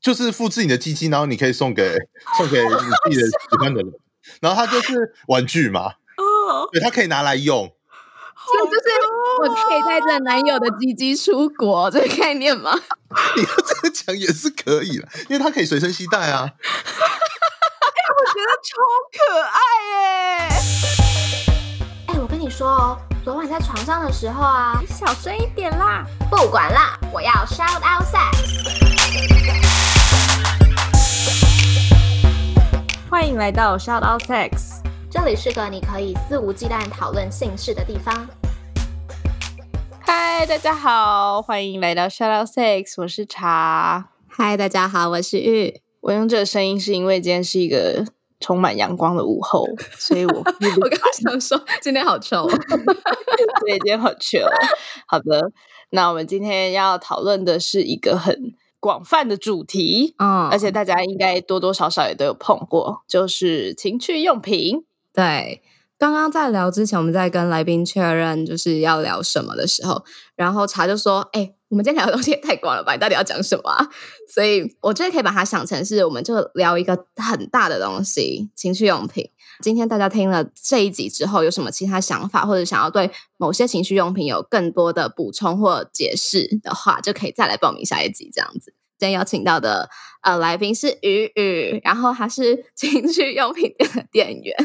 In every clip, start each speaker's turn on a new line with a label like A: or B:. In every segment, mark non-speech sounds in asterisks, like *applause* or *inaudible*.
A: 就是复制你的鸡鸡，然后你可以送给送给你自己的喜欢的人，然后它就是玩具嘛，
B: 哦，
A: 对，它可以拿来用。 *laughs*
C: 所以就是我可哦以带着男友的鸡鸡出国这个概念吗？
A: 你要这样讲也是可以的，因为它可以随身携带啊。
B: 我觉得超可爱耶！
D: 哎、我跟你说哦，昨晚在床上的时候啊，
B: 你小声一点啦。
D: 不管啦，我要 shout out sex。
B: 欢迎来到 Shout Out Sex，
D: 这里是个你可以肆无忌惮讨论性事的地方。
B: 嗨，大家好，欢迎来到 Shout Out Sex，我是茶。
C: 嗨，大家好，我是玉。
B: 我用这个声音是因为今天是一个充满阳光的午后，所以我 *laughs*
C: *laughs* 我刚想说今天好臭，哦
B: 对，今天很 chill。好的，那我们今天要讨论的是一个很广泛的主题，
C: *laughs* 嗯，
B: 而且大家应该多多少少也都有碰过，就是情趣用品。
C: 对，刚刚在聊之前，我们在跟来宾确认就是要聊什么的时候，然后茶就说：“哎、我们今天聊的东西也太广了吧，你到底要讲什么、啊？”所以我觉得可以把它想成是，我们就聊一个很大的东西——情趣用品。今天大家听了这一集之后，有什么其他想法，或者想要对某些情趣用品有更多的补充或解释的话，就可以再来报名下一集这样子。今天邀请到的呃来宾是雨雨，然后他是 *laughs* 情趣用品店的店员。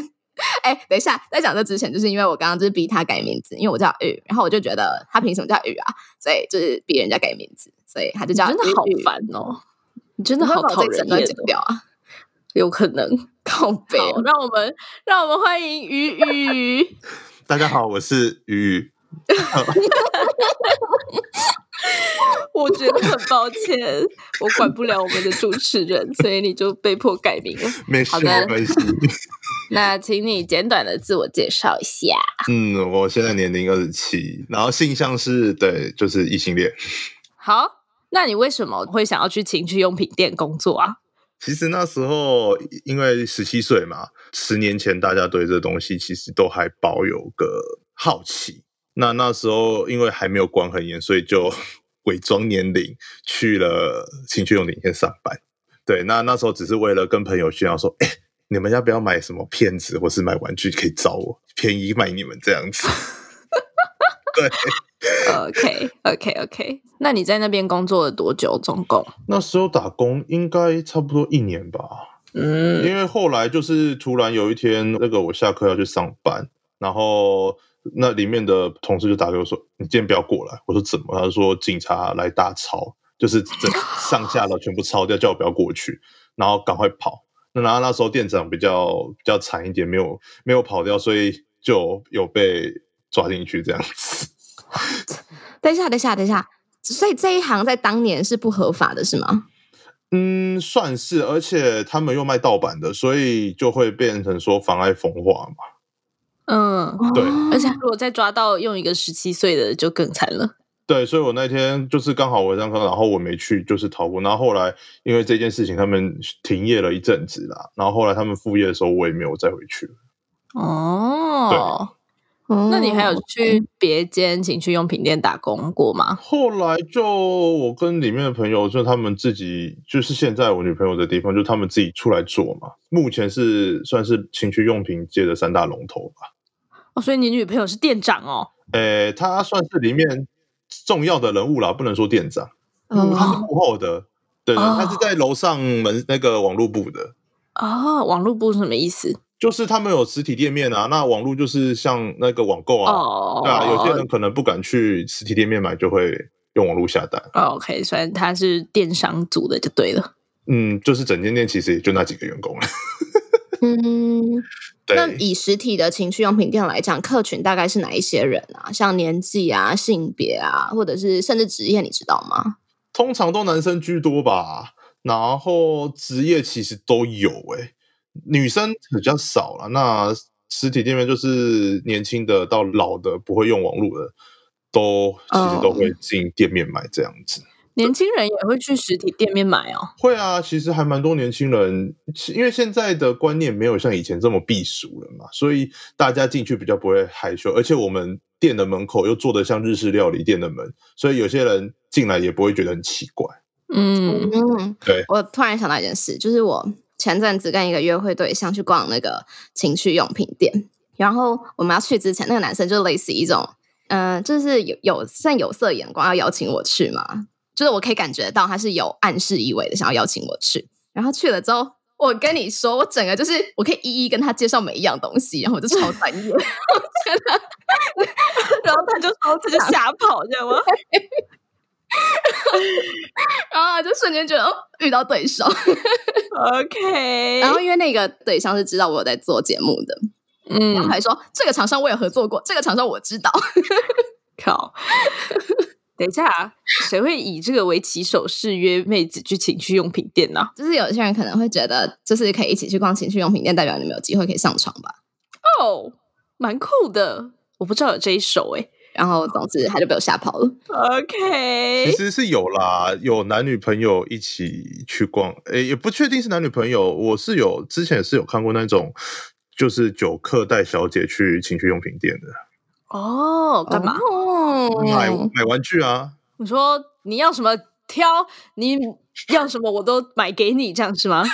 C: 哎、等一下，在讲这之前，就是因为我刚刚就是逼他改名字，因为我叫雨，然后我就觉得他凭什么叫雨啊？所以就是逼人家改名字，所以他就
B: 你
C: 叫
B: 真的
C: 雨
B: 好
C: 雨
B: 烦哦，你真的
C: 你会
B: 好
C: 把我
B: 讨
C: 这一
B: 人
C: 整段
B: 厌
C: 剪
B: 哦
C: 掉啊，
B: 有可能。哦
C: 靠背
B: 好，让我们让我们欢迎鱼鱼。
A: 大家好，我是鱼鱼。
B: 我觉得很抱歉，我管不了我们的主持人，所以你就被迫改名了。
A: 没事，
B: 好的
A: 没关系。
B: 那请你简短的自我介绍一下。
A: 嗯，我现在年龄二十七，然后性向是对，就是异性恋。
B: 好，那你为什么会想要去情趣用品店工作啊？
A: 其实那时候因为十七岁嘛，十年前大家对这东西其实都还保有个好奇。那那时候因为还没有管很严，所以就 *laughs* 伪装年龄去了情趣用品店上班。对，那那时候只是为了跟朋友炫耀说，哎、你们要不要买什么片子或是买玩具，可以找我，便宜卖你们这样子。 *laughs* 对，
B: OK OK OK，那你在那边工作了多久？总共？
A: 那时候打工应该差不多一年吧。
B: 嗯，
A: 因为后来就是突然有一天，那个我下课要去上班，然后那里面的同事就打给我说：“你今天不要过来。”我说：“怎么？”他就说：“警察来大抄，就是整上下楼全部抄掉，叫我不要过去，然后赶快跑。”那然后那时候店长比较比较惨一点，没有没有跑掉，所以就有被抓进去这样子。
C: 等一下，等一下，等一下。所以这一行在当年是不合法的，是吗？
A: 嗯，算是，而且他们又卖盗版的，所以就会变成说妨碍风化嘛。
B: 嗯，
A: 对
C: 哦
B: 而且如果再抓到用一个十七岁的，就更惨了。
A: 对，所以我那天就是刚好我上课，然后我没去，就是逃过。然后后来因为这件事情，他们停业了一阵子啦。然后后来他们复业的时候，我也没有再回去。
B: 哦，那你还
C: 哦
B: 有去别间情趣用品店打工过吗？
A: 后来就我跟里面的朋友，就他们自己，就是现在我女朋友的地方，就他们自己出来做嘛。目前是算是情趣用品界的三大龙头吧。
B: 哦，所以你女朋友是店长哦。
A: 诶，他算是里面重要的人物啦，不能说店长，
B: 嗯
A: 他是
C: 哦，
A: 幕后的。对，
B: 哦
A: 他是在楼上门那个网络部的。
B: 哦，网络部是什么意思？
A: 就是他们有实体店面啊，那网络就是像那个网购啊，
B: 哦，
A: 对啊，有些人可能不敢去实体店面买，就会用网络下单。
B: 哦 OK，虽然他是电商组的就对了。
A: 嗯，就是整间店其实也就那几个员工了。
C: 嗯，
A: 对，
C: 那以实体的情趣用品店来讲，客群大概是哪一些人啊？像年纪啊、性别啊，或者是甚至职业，你知道吗？
A: 通常都男生居多吧，然后职业其实都有诶、女生比较少了。那实体店面就是年轻的到老的，不会用网络的，都其
B: 哦
A: 实都
B: 嗯
A: 会进店面买这样子。
B: 年轻人也会去实体店面买哦。
A: 会啊，其实还蛮多年轻人，其因为现在的观念没有像以前这么避俗了嘛，所以大家进去比较不会害羞，而且我们店的门口又做的像日式料理店的门，所以有些人进来也不会觉得很奇怪。
B: 嗯
C: 嗯，
A: 对
C: 我突然想到一件事，就是我前阵子跟一个约会对象去逛那个情趣用品店，然后我们要去之前，那个男生就类似一种，嗯、就是有有算有色眼光要邀请我去嘛，就是我可以感觉到他是有暗示意味的，想要邀请我去。然后去了之后，我跟你说，我整个就是我可以一一跟他介绍每一样东西，然后我就超专业。
B: 然后他就说他就吓跑，这 *laughs* 样吗？
C: 然后就瞬间觉得、哦、遇到对手。
B: OK，
C: 然后因为那个对象是知道我有在做节目的，然后
B: 嗯，
C: 还说这个厂商我有合作过，这个厂商我知道。
B: 靠， *laughs* 等一下，啊谁会以这个为起手式约妹子去情趣用品店呢、
C: 就是有些人可能会觉得，就是可以一起去逛情趣用品店，代表你们有机会可以上床吧。
B: 哦，蛮酷的，我不知道有这一首哎、
C: 然后总之他就被我吓跑了。
A: 其
B: OK，
A: 实是有啦，有男女朋友一起去逛，诶，也不确定是男女朋友，我是有之前是有看过那种，就是酒客带小姐去情趣用品店的，
B: 哦，干嘛？
C: 哦，
A: 买买玩具啊，
B: 你说你要什么挑，你要什么我都买给你，这样是吗？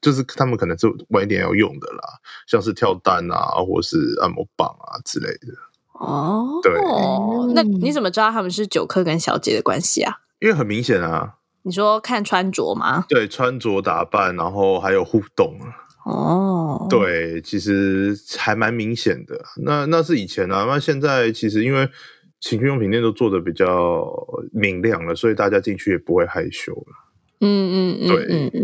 A: 就是他们可能是晚一点要用的啦，像是跳蛋啊，或是按摩棒啊之类的。
B: 哦，嗯
A: 对
B: 那你怎么知道他们是酒客跟小姐的关系啊？
A: 因为很明显啊，
B: 你说看穿着吗？
A: 对穿着打扮，然后还有互动，啊
B: 哦，，
A: 对，其实还蛮明显的。啊那那是以前啊，那现在其实因为情趣用品店都做的比较明亮了，所以大家进去也不会害羞了。
B: 嗯嗯嗯，
A: 对
B: 嗯嗯，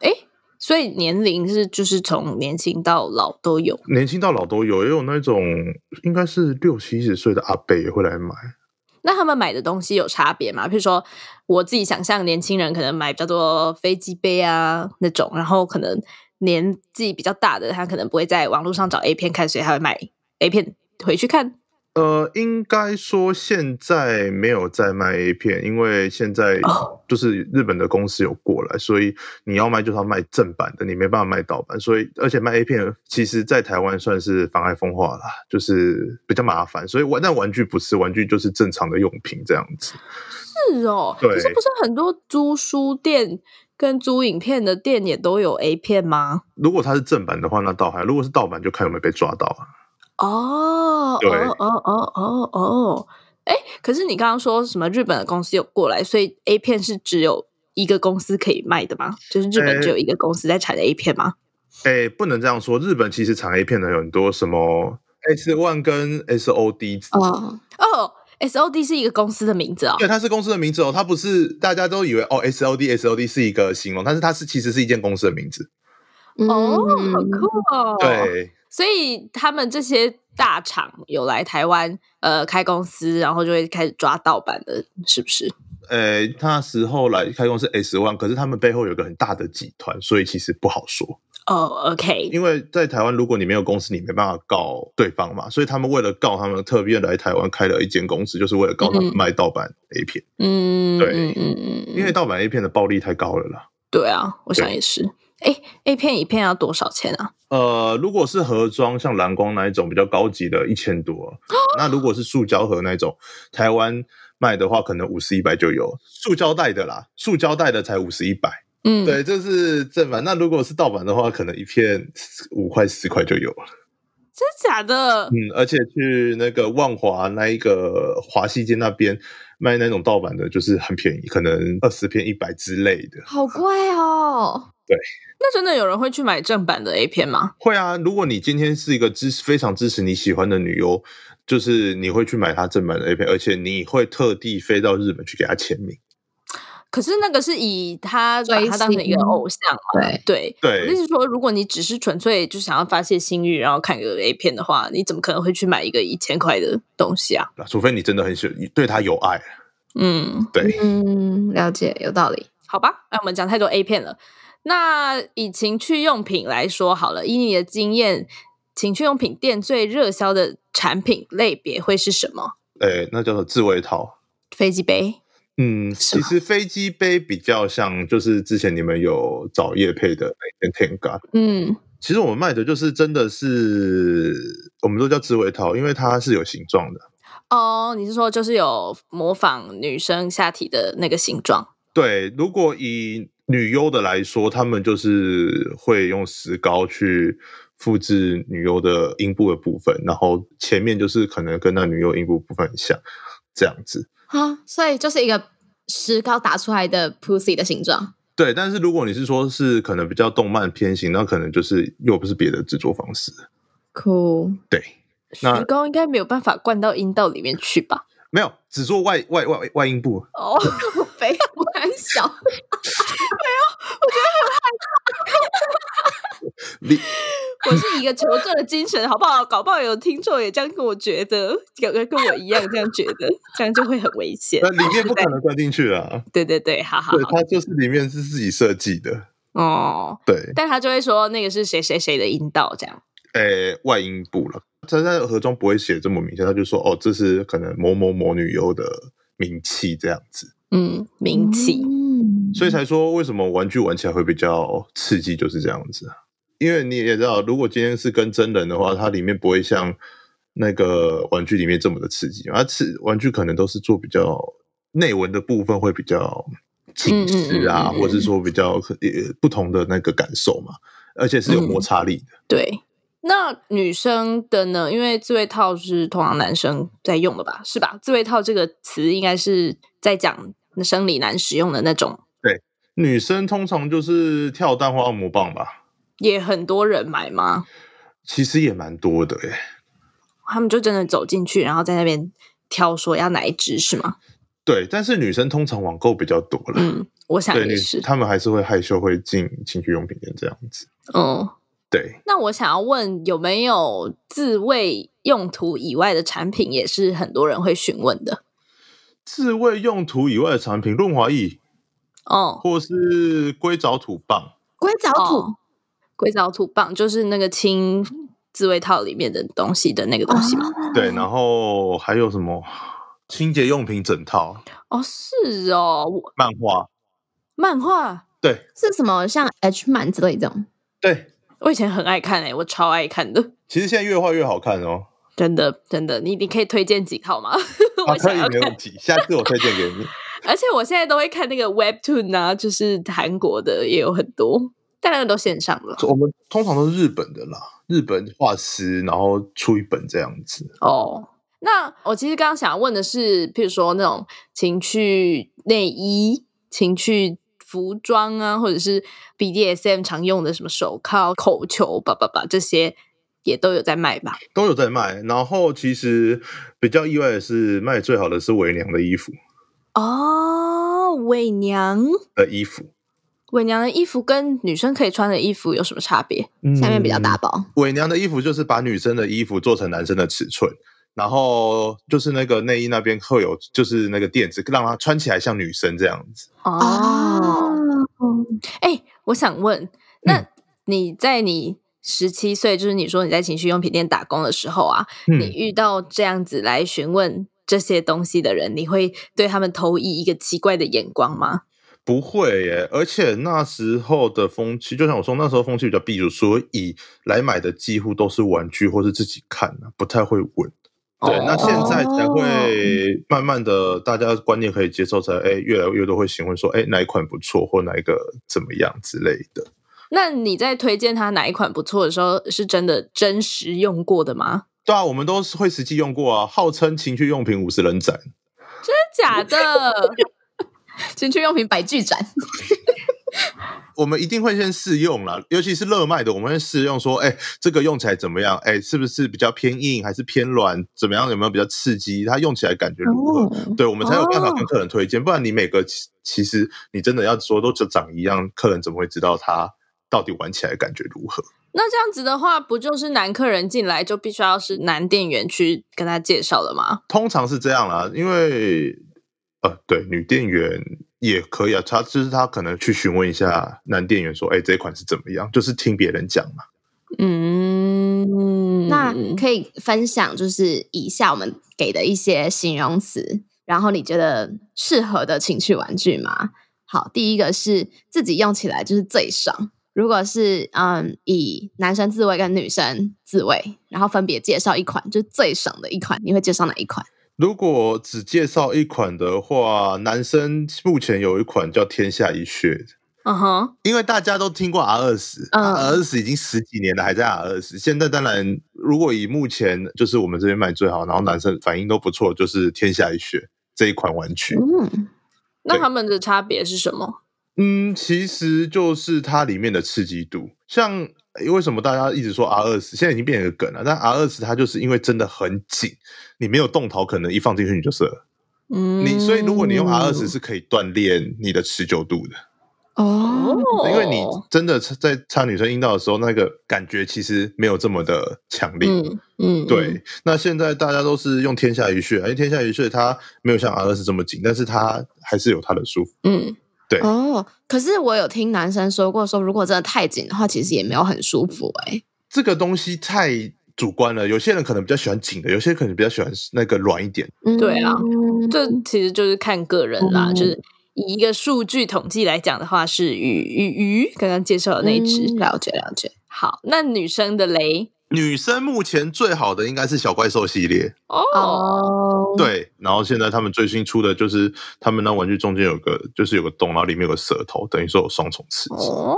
B: 诶，所以年龄是就是从年轻到老都有
A: 年轻到老都有，也有那种应该是六七十岁的阿伯也会来买。
B: 那他们买的东西有差别吗？譬如说，我自己想象年轻人可能买比较多飞机杯啊那种，然后可能年纪比较大的他可能不会在网络上找 A 片看，所以他会买 A 片回去看。
A: 呃，应该说现在没有在卖 A 片，因为现在
B: 哦
A: 就是日本的公司有过来，所以你要卖就是要卖正版的，你没办法卖盗版。所以，而且卖 A 片，其实在台湾算是妨碍风化啦，就是比较麻烦。所以玩但玩具不是，玩具就是正常的用品这样子。
B: 是哦，
A: 对
B: 可是不是很多租书店跟租影片的店也都有 A 片吗？
A: 如果它是正版的话，那倒还；如果是盗版，就看有没有被抓到啊。
B: 哦，
A: 对
B: 哦哦哦哦哦，哎，可是你刚刚说什么日本的公司有过来，所以 A 片是只有一个公司可以卖的吗？就是日本
A: 诶
B: 只有一个公司在产 A 片吗？
A: 哎，不能这样说，日本其实产 A 片的有很多，什么 S One 跟 S O D
C: 哦，
B: 哦，SOD 是一个公司的名字哦。
A: 对，它是公司的名字哦，它不是大家都以为哦，S O D S O D 是一个形容，但是它是其实是一间公司的名字。
B: 哦，
C: 嗯
B: 好酷哦。。
A: 对，
B: 所以他们这些大厂有来台湾呃开公司，然后就会开始抓盗版的，是不是？
A: 呃，那时候来开公司 S One，可是他们背后有个很大的集团，所以其实不好说。
B: 哦，OK，
A: 因为在台湾，如果你没有公司，你没办法告对方嘛，所以他们为了告，他们特别来台湾开了一间公司，就是为了告他们
B: 嗯
A: 卖盗版 A 片，
B: 嗯，
A: 对
B: 嗯嗯嗯，
A: 因为盗版 A 片的暴利太高了啦。
B: 对啊，我想
A: 对
B: 也是。哎，A 片一片要多少钱啊？
A: 呃，如果是盒装，像蓝光那一种比较高级的，一千多。那如果是塑胶盒那一种，台湾卖的话，可能五十一百就有。塑胶袋的啦，塑胶袋的才五十一百。
B: 嗯，
A: 对，这是正版。那如果是盗版的话，可能一片五块十块就有了。
B: 真假的？
A: 嗯，而且去那个万华那一个华西街那边卖那种盗版的，就是很便宜，可能二十片一百之类的。
C: 好贵哦。
B: 那真的有人会去买正版的 A 片吗？
A: 会啊，如果你今天是一个支非常支持你喜欢的女优，就是你会去买她正版的 A 片，而且你会特地飞到日本去给她签名。
B: 可是那个是以他把
C: 追
B: 他当成一个
C: 星
B: 偶像嘛？
C: 对
B: 对，我的意
A: 对，
B: 思是说，如果你只是纯粹就想要发泄性欲，然后看个 A 片的话，你怎么可能会去买一个一千块的东西啊？
A: 除非你真的很喜对她有爱。
B: 嗯，
A: 对，
C: 嗯，了解，有道理。
B: 好吧，那我们讲太多 A 片了。那以情趣用品来说好了，以你的经验，情趣用品店最热销的产品类别会是什么？
A: 诶，那叫做自慰套。
B: 飞机杯？
A: 嗯，
B: 是
A: 其实飞机杯比较像，就是之前你们有找叶配的那件 Tenga，
B: 嗯
A: 其实我们卖的就是真的是我们都叫自慰套，因为它是有形状的。
B: 哦，你是说就是有模仿女生下体的那个形状？
A: 对，如果以女优的来说，他们就是会用石膏去复制女优的阴部的部分，然后前面就是可能跟那女优阴部部分很像，这样子。
C: 啊，所以就是一个石膏打出来的 pussy 的形状。
A: 对，但是如果你是说是可能比较动漫偏型，那可能就是又不是别的制作方式。
C: 酷，
A: 对，那
B: 石膏应该没有办法灌到阴道里面去吧？
A: 没有只做外外外外阴部，
B: 哦，
C: 非常小，
A: 你
B: 我是一个求证的精神，好不好？搞不好有听众也这样跟我觉得，有个跟我一样这样觉得，这样就会很危险
A: *laughs* 那。呃里面不可能灌进去啊。
B: 对对对，好 *laughs* 好
A: 对，它就是里面是自己设计的。
B: 哦，
A: 对，
B: 但他就会说那个是谁谁谁的阴道这样。
A: 诶、外阴部了。他在盒装不会写这么明显，他就说哦，这是可能某某某女优的名气这样子，
B: 嗯，名气，
C: 嗯
A: 所以才说为什么玩具玩起来会比较刺激，就是这样子啊。因为你也知道，如果今天是跟真人的话，它里面不会像那个玩具里面这么的刺激，而刺玩具可能都是做比较内文的部分会比较紧实啊，
B: 嗯嗯嗯嗯嗯
A: 或者是说比较呃不同的那个感受嘛，而且
B: 嗯
A: 是有摩擦力的。
B: 对。那女生的呢？因为自慰套是通常男生在用的吧，是吧？自慰套这个词应该是在讲生理男使用的那种，
A: 女生通常就是跳蛋或按摩棒吧，
B: 也很多人买吗？
A: 其实也蛮多的耶。
B: 他们就真的走进去，然后在那边挑说要哪一只是吗？
A: 对，但是女生通常网购比较多了。
B: 嗯，我想
A: 对，
B: 也
A: 女
B: 是。
A: 她们还是会害羞，会进情趣用品店这样子。
B: 嗯，
A: 对，
B: 那我想要问，有没有自慰用途以外的产品，也是很多人会询问的？
A: 自慰用途以外的产品，润滑液
B: 哦，
A: 或是硅藻土棒，
C: 硅藻土
B: 哦，硅藻土棒就是那个清自慰套里面的东西的那个东西吗？
A: 对，然后还有什么清洁用品整套、
B: 哦，是哦，我
A: 漫画，
B: 漫画
A: 对
C: 是什么？像 H 满之类这种。
A: 对，
B: 我以前很爱看诶、欸我超爱看的，
A: 其实现在越画越好看哦。
B: 真的真的，你你可以推荐几套吗？
A: 啊，
B: *laughs* 我
A: 可
B: 想
A: 以
B: 要
A: 没
B: 看
A: 问，题，下次我推荐给你。
B: 而且我现在都会看那个 Webtoon 啊，就是韩国的也有很多，但那个都线上了
A: 我们通常都是日本的啦，日本画师，然后出一本这样子。
B: 哦。那我其实刚刚想问的是，譬如说那种情趣内衣、情趣服装啊，或者是 BDSM 常用的什么手铐、口球、叭叭叭这些，也都有在卖吧？
A: 都有在卖，然后其实比较意外的是，卖最好的是伪娘的衣服
B: 哦，伪娘，
A: 的呃衣服，
B: 伪娘的衣服跟女生可以穿的衣服有什么差别？
C: 下面比较大
A: 嗯。
C: 包，
A: 伪娘的衣服就是把女生的衣服做成男生的尺寸，然后就是那个内衣那边会有就是那个垫子，让她穿起来像女生这样子。
C: 嗯
B: 哦，
D: 哦，
B: 哎、我想问，那你在你十七岁，就是你说你在情趣用品店打工的时候啊，你
A: 嗯，
B: 遇到这样子来询问这些东西的人，你会对他们投以一个奇怪的眼光吗？
A: 不会耶，而且那时候的风气，就像我说，那时候风气比较闭俗，所以来买的几乎都是玩具或是自己看的，不太会问。对，
B: 哦
A: 那现在才会慢慢的，大家观念可以接受才，哎，越来越多会询问说，哎，哪一款不错，或哪一个怎么样之类的。
B: 那你在推荐他哪一款不错的时候，是真的真实用过的吗？
A: 对啊，我们都是会实际用过啊，号称情趣用品五十人展，
B: 真的假的？
C: 情趣用品百巨展。
A: 我们一定会先试用啦，尤其是热卖的，我们会试用说，哎，这个用起来怎么样？哎，是不是比较偏硬，还是偏软？怎么样？有没有比较刺激？它用起来感觉如何？
C: 哦
A: 对，我们才有办法跟客人推荐，不然你每个其其实你真的要说都只长一样，客人怎么会知道它到底玩起来感觉如何？
B: 那这样子的话，不就是男客人进来就必须要是男店员去跟他介绍了吗？
A: 通常是这样啦，因为呃，对，女店员也可以啊，她就是她可能去询问一下男店员说，哎、这一款是怎么样？就是听别人讲嘛。
B: 嗯，
C: 那可以分享就是以下我们给的一些形容词，然后你觉得适合的情趣玩具吗？好，第一个是自己用起来就是最爽。如果是嗯以男生自慰跟女生自慰，然后分别介绍一款，就是最爽的一款，你会介绍哪一款？
A: 如果只介绍一款的话，男生目前有一款叫天下一血，
B: 嗯哼，
A: 因为大家都听过 R 二十
B: 嗯
A: ，R 二十已经十几年了，还在 R 二十。现在当然，如果以目前就是我们这边卖最好，然后男生反应都不错，就是天下一血这一款玩具。
C: 嗯，
B: 那
A: 对
B: 他们的差别是什么？
A: 嗯，其实就是它里面的刺激度，像诶为什么大家一直说 R 二十，现在已经变成个梗了。但 R 二十它就是因为真的很紧，你没有动桃，可能一放进去你就射了。
B: 嗯，
A: 你所以如果你用 R 二十是可以锻炼你的持久度的，
C: 哦，
B: 哦，
A: 因为你真的插在插女生阴道的时候，那个感觉其实没有这么的强烈。
B: 嗯嗯，嗯，
A: 对，那现在大家都是用天下一啊穴，因为天下一穴它没有像 R 二十这么紧，但是它还是有它的舒服。
B: 嗯，
A: 对
C: 哦，可是我有听男生说过，说如果真的太紧的话，其实也没有很舒服哎、
A: 这个东西太主观了，有些人可能比较喜欢紧的，有些人可能比较喜欢那个软一点。
B: 对啊
C: 嗯
B: 这其实就是看个人啦，
C: 嗯
B: 就是以一个数据统计来讲的话，是鱼鱼鱼刚刚介绍的那一只。
C: 嗯了解了解。
B: 好，那女生的雷
A: 女生目前最好的应该是小怪兽系列，
B: 哦，
C: 哦，
A: 对。然后现在他们最新出的就是他们那玩具中间有个就是有个洞，然后里面有个舌头，等于说有双重刺激。
B: 哦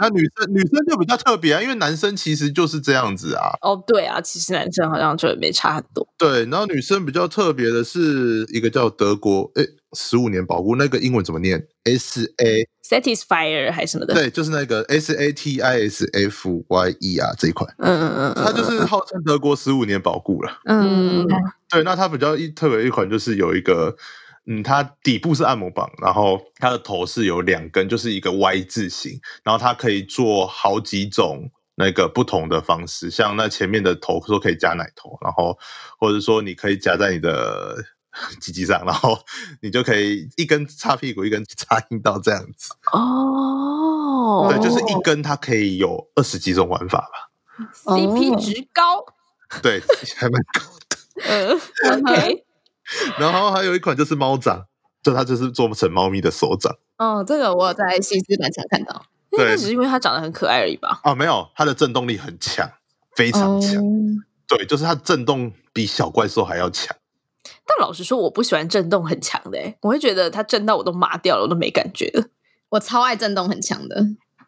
A: 那女生女生就比较特别啊，因为男生其实就是这样子啊，
B: 哦，对啊，其实男生好像就没差很多。
A: 对。然后女生比较特别的是一个叫德国，诶十五年保护那个英文怎么念？S A，
B: Satisfier 还是什么的，
A: 对，就是那个 S A T I S F Y E 啊这一款。
B: 嗯嗯嗯嗯，
A: 它就是号称德国十五年保固了。
B: 嗯
C: 嗯，
A: 对，那它比较一特别一款就是有一个，嗯，它底部是按摩棒，然后它的头是有两根，就是一个 Y 字形，然后它可以做好几种。那个不同的方式，像那前面的头说可以夹奶头，然后或者说你可以夹在你的鸡鸡上，然后你就可以一根插屁股，一根 *laughs* 插阴道这样子。
B: 嗯哦，
A: 对，就是一根它可以有二十几种玩法吧。
B: CP
C: 哦
B: 值高， *laughs*
A: 对，还蛮高的。
C: *laughs*
B: 嗯，OK，
A: 然后还有一款就是猫掌，就它就是做成猫咪的手掌
C: 哦，这个我有在西斯版上看到，
B: 那应该
A: 对
B: 只是因为他长得很可爱而已吧？
A: 啊，没有，它的震动力很强，非常强。
C: 哦
A: 对，就是它震动比小怪兽还要强。
B: 但老实说，我不喜欢震动很强的、欸，我会觉得它震到我都麻掉了，我都没感觉了。
C: 我超爱震动很强的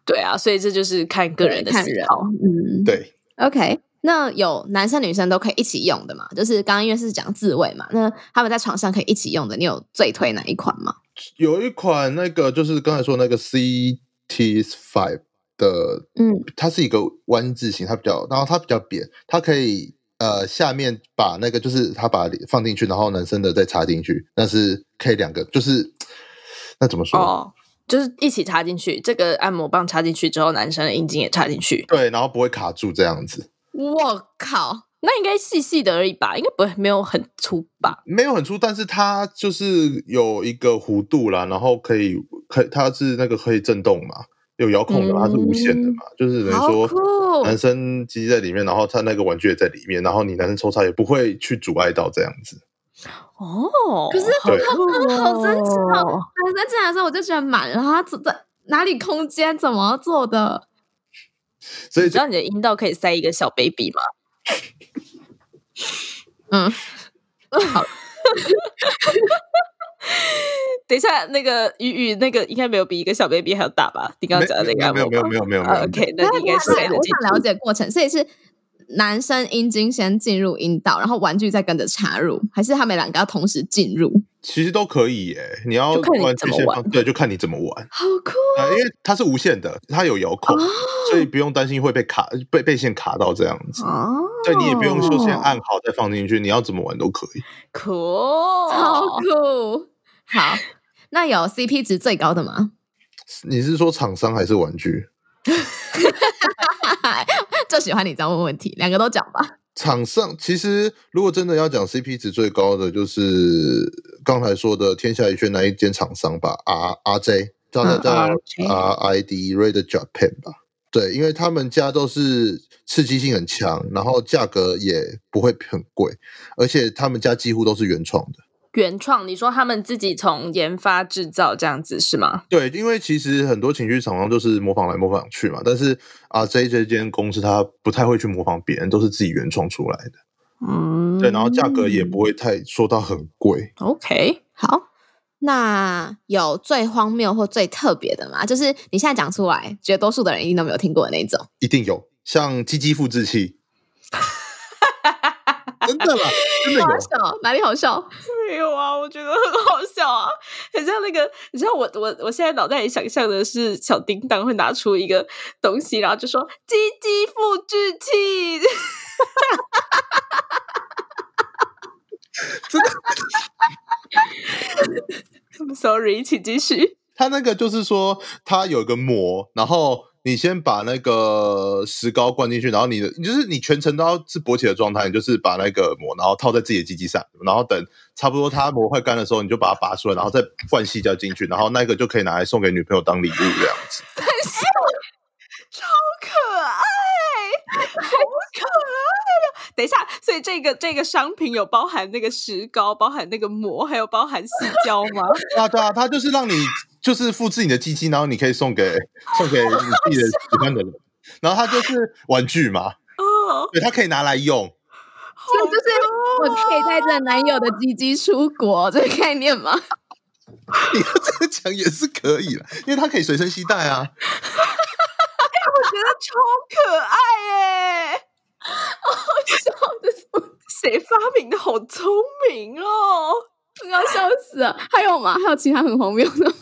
B: 对啊，所以这就是看个人的
C: 看
B: 喜
C: 人，
B: 好。
C: 嗯，
A: 对，
C: ，OK。那有男生女生都可以一起用的嘛？就是刚刚因为是讲自慰嘛，那他们在床上可以一起用的，你有最推哪一款吗？
A: 有一款那个就是刚才说那个 CT Five 的，
C: 嗯，
A: 它是一个弯字形，它比较，然后它比较扁，它可以呃下面把那个就是它把放进去，然后男生的再插进去，那是可以两个，就是那怎么说？
B: 哦，就是一起插进去，这个按摩棒插进去之后，男生的阴茎也插进去，
A: 对，然后不会卡住这样子。
C: 我靠，
B: 那应该细细的而已吧？应该不会没有很粗吧？
A: 没有很粗，但是它就是有一个弧度啦，然后可以可它是那个可以震动嘛，有遥控的嘛，它是无线
B: 嗯
A: 的嘛，就是等于
C: 好
A: 说
C: 酷！
B: 哦
A: 男生机器在里面，然后它那个玩具也在里面，然后你男生抽插也不会去阻碍到这样子。
B: 哦，
C: 可是
B: 好
A: 对
B: 酷哦
C: 好神奇哦！男生进来的时候我就觉得满了，他怎在哪里空间怎么做的？
A: 所以
B: 你知道你的阴道可以塞一个小 baby 吗？
C: 嗯， *laughs* 好，
B: 等一下，那个鱼鱼那个应该没有比一个小 baby 还要大吧？你刚刚讲的那个按
A: 没有
B: 摩
A: 没有
B: 棒
A: 没有没有没有没有没有
B: 啊，OK，那你应该
C: 我
B: 塞得
C: 想
B: 进
C: 我
B: 去
C: 想了解过程，所以是男生阴茎先进入阴道，然后玩具再跟着插入，还是他们两个要同时进入？
A: 其实都可以耶、你要
B: 就看你
A: 玩
B: 怎
A: 具
B: 么
A: 先
B: 玩
A: 放，对，就看你怎么
B: *laughs*
A: 玩。
C: 好酷！
A: 呃，因为它是无线的，它有遥控，所以不用担心会被卡被被线卡到这样子。
B: 哦，
A: 对，你也不用说先按好再放进去，你要怎么玩都可以。
B: 酷，
C: *laughs* 超酷！好，那有 CP 值最高的吗？ *laughs*
A: 你是说厂商还是玩具？
C: 就喜欢你这样问问题，两个都讲吧。
A: 厂商其实如果真的要讲 CP 值最高的，就是刚才说的天下一圈那一间厂商吧，R R J，叫它叫
C: RJ
A: 嗯 R I D Red Japan 吧。对，因为他们家都是刺激性很强，然后价格也不会很贵，而且他们家几乎都是原创的。
B: 原创，你说他们自己从研发制造这样子是吗？
A: 对，因为其实很多情绪厂商就是模仿来模仿去嘛，但是 R J 这间公司它不太会去模仿别人，都是自己原创出来的。
B: 嗯，
A: 对，然后价格也不会太说到很贵。
B: OK。
C: 好，那有最荒谬或最特别的吗？就是你现在讲出来，绝多数的人一定都没有听过的那一种。
A: 一定有，像鸡鸡复制器，真的啦，真的有
C: 好。笑，哪里好笑？
B: 没有啊，我觉得很好笑啊， *laughs* 很像那个，你知道我我我现在脑袋里想象的是小叮当会拿出一个东西，然后就说“鸡鸡复制器
A: 真的，”
B: I'm *laughs* Sorry，请继续。
A: 它那个就是说，它有一个膜，然后你先把那个石膏灌进去，然后你的就是你全程都要是勃起的状态，你就是把那个膜，然后套在自己的鸡鸡上，然后等差不多它膜快干的时候，你就把它拔出来，然后再灌细胶进去，然后那个就可以拿来送给女朋友当礼物这样子。
B: 可爱，好可爱啊呀！等一下，所以这个这个商品有包含那个石膏，包含那个膜，还有包含细胶吗？
A: 对啊，对啊，它就是让你就是复制你的鸡鸡，然后你可以送给送给你自己的喜欢的人，然后它就是玩具嘛，
B: 哦，
A: 对，它可以拿来用。 *laughs*
C: 这就是我可以带着男友的鸡鸡出国这个概念吗？
A: 你要这样讲也是可以的，因为它可以随身携带啊。
B: 我觉得超可爱耶！哦
C: 笑的
B: 谁发明的好聪明哦！
C: 我要笑死了。还有吗？还有其他很荒谬的吗？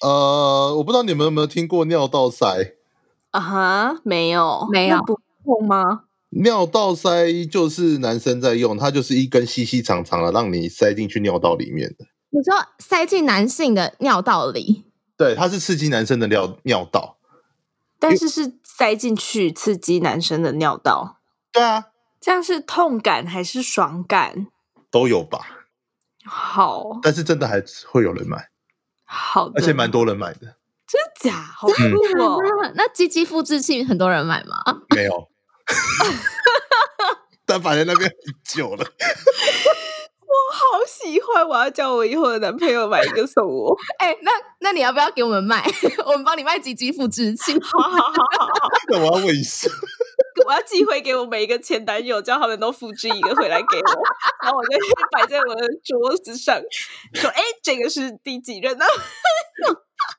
A: 呃，我不知道你们有没有听过尿道塞？
B: 啊哈，没有，
C: 没
B: 那
C: 有
B: 不痛吗？
A: 尿道塞就是男生在用，它就是一根细细长长的，让你塞进去尿道里面的。
C: *laughs* 你说塞进男性的尿道里，
A: 对，它是刺激男生的尿尿道。
B: 但是是塞进去刺激男生的尿道，
A: 对啊，
B: 这样是痛感还是爽感？
A: 都有吧，
B: 好
A: 但是真的还会有人买，
B: 好的，
A: 而且蛮多嗯人买的。
B: 真的假？好酷哦！
C: 那那鸡鸡复制器很多人买吗？
A: 没有， *laughs* 但摆在那边很久了。
B: 我好喜欢，我要叫我以后的男朋友买一个送我。
C: 哎、那那你要不要给我们卖？ *laughs* 我们帮你卖鸡鸡复制 *laughs* 器。
B: 好好好好好，
A: 那我要问一下， *laughs*
B: 我要寄回给我每一个前男友，叫他们都复制一个回来给我，然后我就摆在我的桌子上，说：“哎，这个是第几任呢、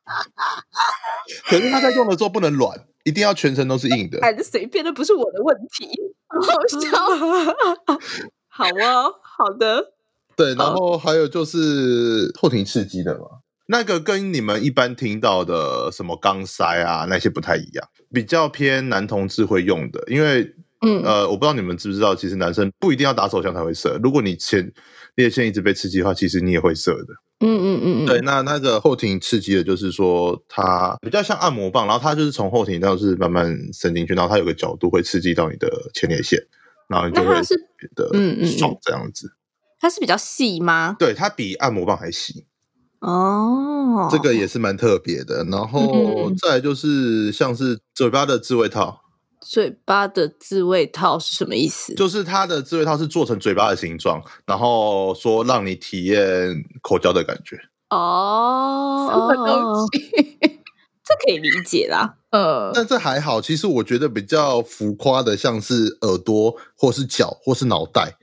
B: *laughs*
A: 可是他在用的时候不能软，一定要全程都是硬的。
B: 买的哎随便，那不是我的问题。
C: 好笑。
B: 好哦，好的，
A: 对，然后还有就是后庭刺激的嘛，那个跟你们一般听到的什么肛塞啊那些不太一样，比较偏男同志会用的，因为
C: 嗯，
A: 呃，我不知道你们知不知道，其实男生不一定要打手枪才会射，如果你前列腺一直被刺激的话，其实你也会射的。
C: 嗯嗯嗯嗯，
A: 对，那那个后庭刺激的，就是说它比较像按摩棒，然后它就是从后庭到是慢慢伸进去，然后它有个角度会刺激到你的前列腺，然后你就
C: 那它
A: 会
C: 是
A: 觉得
C: 嗯嗯嗯
A: 爽这样子。
B: 它是比较细吗？
A: 对，它比按摩棒还细。
B: 哦，
A: 这个也是蛮特别的。然后
C: 嗯
A: 再来就是像是嘴巴的自慰套，
B: 嘴巴的自慰套是什么意思？
A: 就是它的自慰套是做成嘴巴的形状，然后说让你体验口交的感觉。
B: 哦，
C: 什么东
B: 哦
C: 西？
B: 这可以理解啦。
C: 呃，
A: 但这还好，其实我觉得比较浮夸的，像是耳朵或是脚或是脑袋，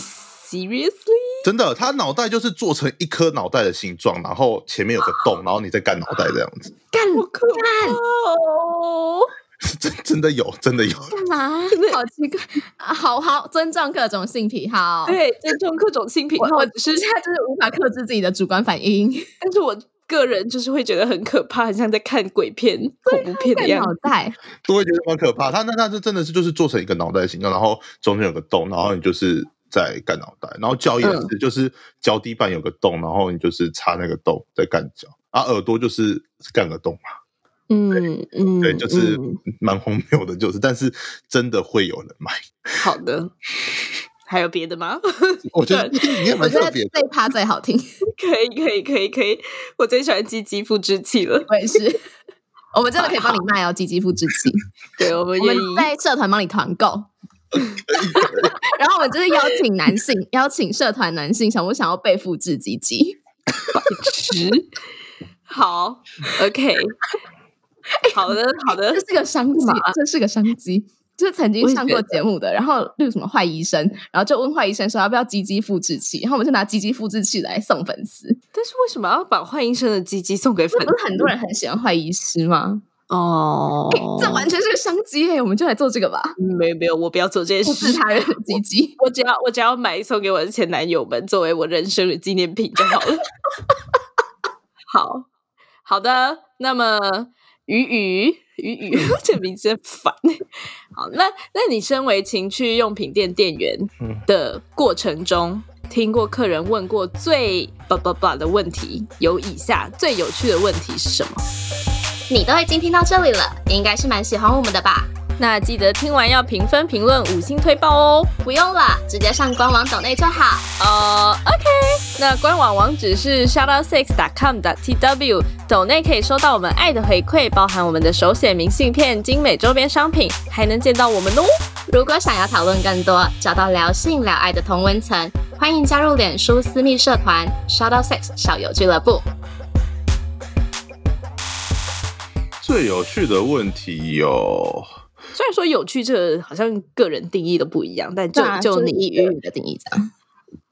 B: Seriously？
A: 真的，它脑袋就是做成一颗脑袋的形状，然后前面有个 *laughs* 洞，然后你再干脑袋这样子， *laughs*
C: 干
B: 好可怕哦！
A: 真真的有，真的有。
C: 干嘛？好奇怪啊！好好尊重各种性癖好。，
B: 对，尊重各种性癖
C: 我
B: 好
C: 我，只是现在就是无法克制自己的主观反应，
B: 但是我个人就是会觉得很可怕，很像在看鬼片、恐怖片的
C: 看
B: 样
C: 脑
B: 子。
C: 袋。
A: 都会觉得蛮可怕。它那那这真的是就是做成一个脑袋的形状，然后中间有个洞，然后你就是在干脑袋，然后脚也是，就是脚底板有个洞，然后你就是插那个洞在干脚，啊，耳朵就是干个洞嘛，
B: 嗯嗯，
A: 对，就是 *laughs*
B: 嗯
A: 蛮荒谬的，就是，但是真的会有人买，
B: 好的。 *laughs* 还有别的吗？ *laughs*
A: 我觉得你也
C: 我
A: 蛮
C: 觉
A: 特
C: 得
A: 别的。
C: 这一趴最好听，
B: 可以，可以，可以，可以。我最喜欢鸡鸡复制器了。
C: 我也 *laughs* 是。我们真的可以帮你卖哦，鸡鸡复制器，
B: 对，我们
C: 我
B: 愿
C: 们
B: 意。
C: 在社团帮你团
D: *laughs*
C: 购。 *laughs* 然后我们就是邀请男性，邀请社团男性，想不想要被复制鸡鸡？
B: 值。 *laughs* 好，OK。好的，好的
C: 这。是个商机
B: 干嘛，
C: 这是个商机。就是曾经
B: 我也
C: 上
B: 觉
C: 过
B: 得
C: 节目的，然后例如什么坏医生，然后就问坏医生说要不要鸡鸡复制器，然后我们就拿鸡鸡复制器来送粉丝，
B: 但是为什么要把坏医生的鸡鸡送给粉
C: *laughs* 这不是很多人很喜欢坏医师吗？
B: 哦
C: 哎、？这完全是个商机耶、我们就来做这个吧，
B: 没有没有，我不要做这
C: 复
B: 件
C: 制
B: 事。
C: 他人的鸡鸡。
B: 我只要我只要买送给我的前男友们作为我人生的纪念品就好了。 *laughs* 好好的，那么鱼鱼鱼鱼 *laughs* 这名字很烦。欸好，那那你身为情趣用品店店员
A: 嗯
B: 的过程中，听过客人问过最叭叭叭的问题有以下最有趣的问题是什么？
D: *laughs* 你都已经听到这里了，应该是蛮喜欢我们的吧？
B: 那记得听完要评分、评论、五星推爆哦。
D: 不用了，直接上官网抖内就好。
B: 呃，OK，那官网网址是 shoutoutsix.com.tw，抖内可以收到我们爱的回馈，包含我们的手写明信片、精美周边商品，还能见到我们哦。
D: 如果想要讨论更多，找到聊性聊爱的同温层，欢迎加入脸书私密社团 Shout Out Sex 少友俱乐部。
A: 最有趣的问题有，
B: 虽然说有趣，这个好像个人定义都不一样，但就、
C: 对啊
B: 就是你
C: 以粤语的定义这样，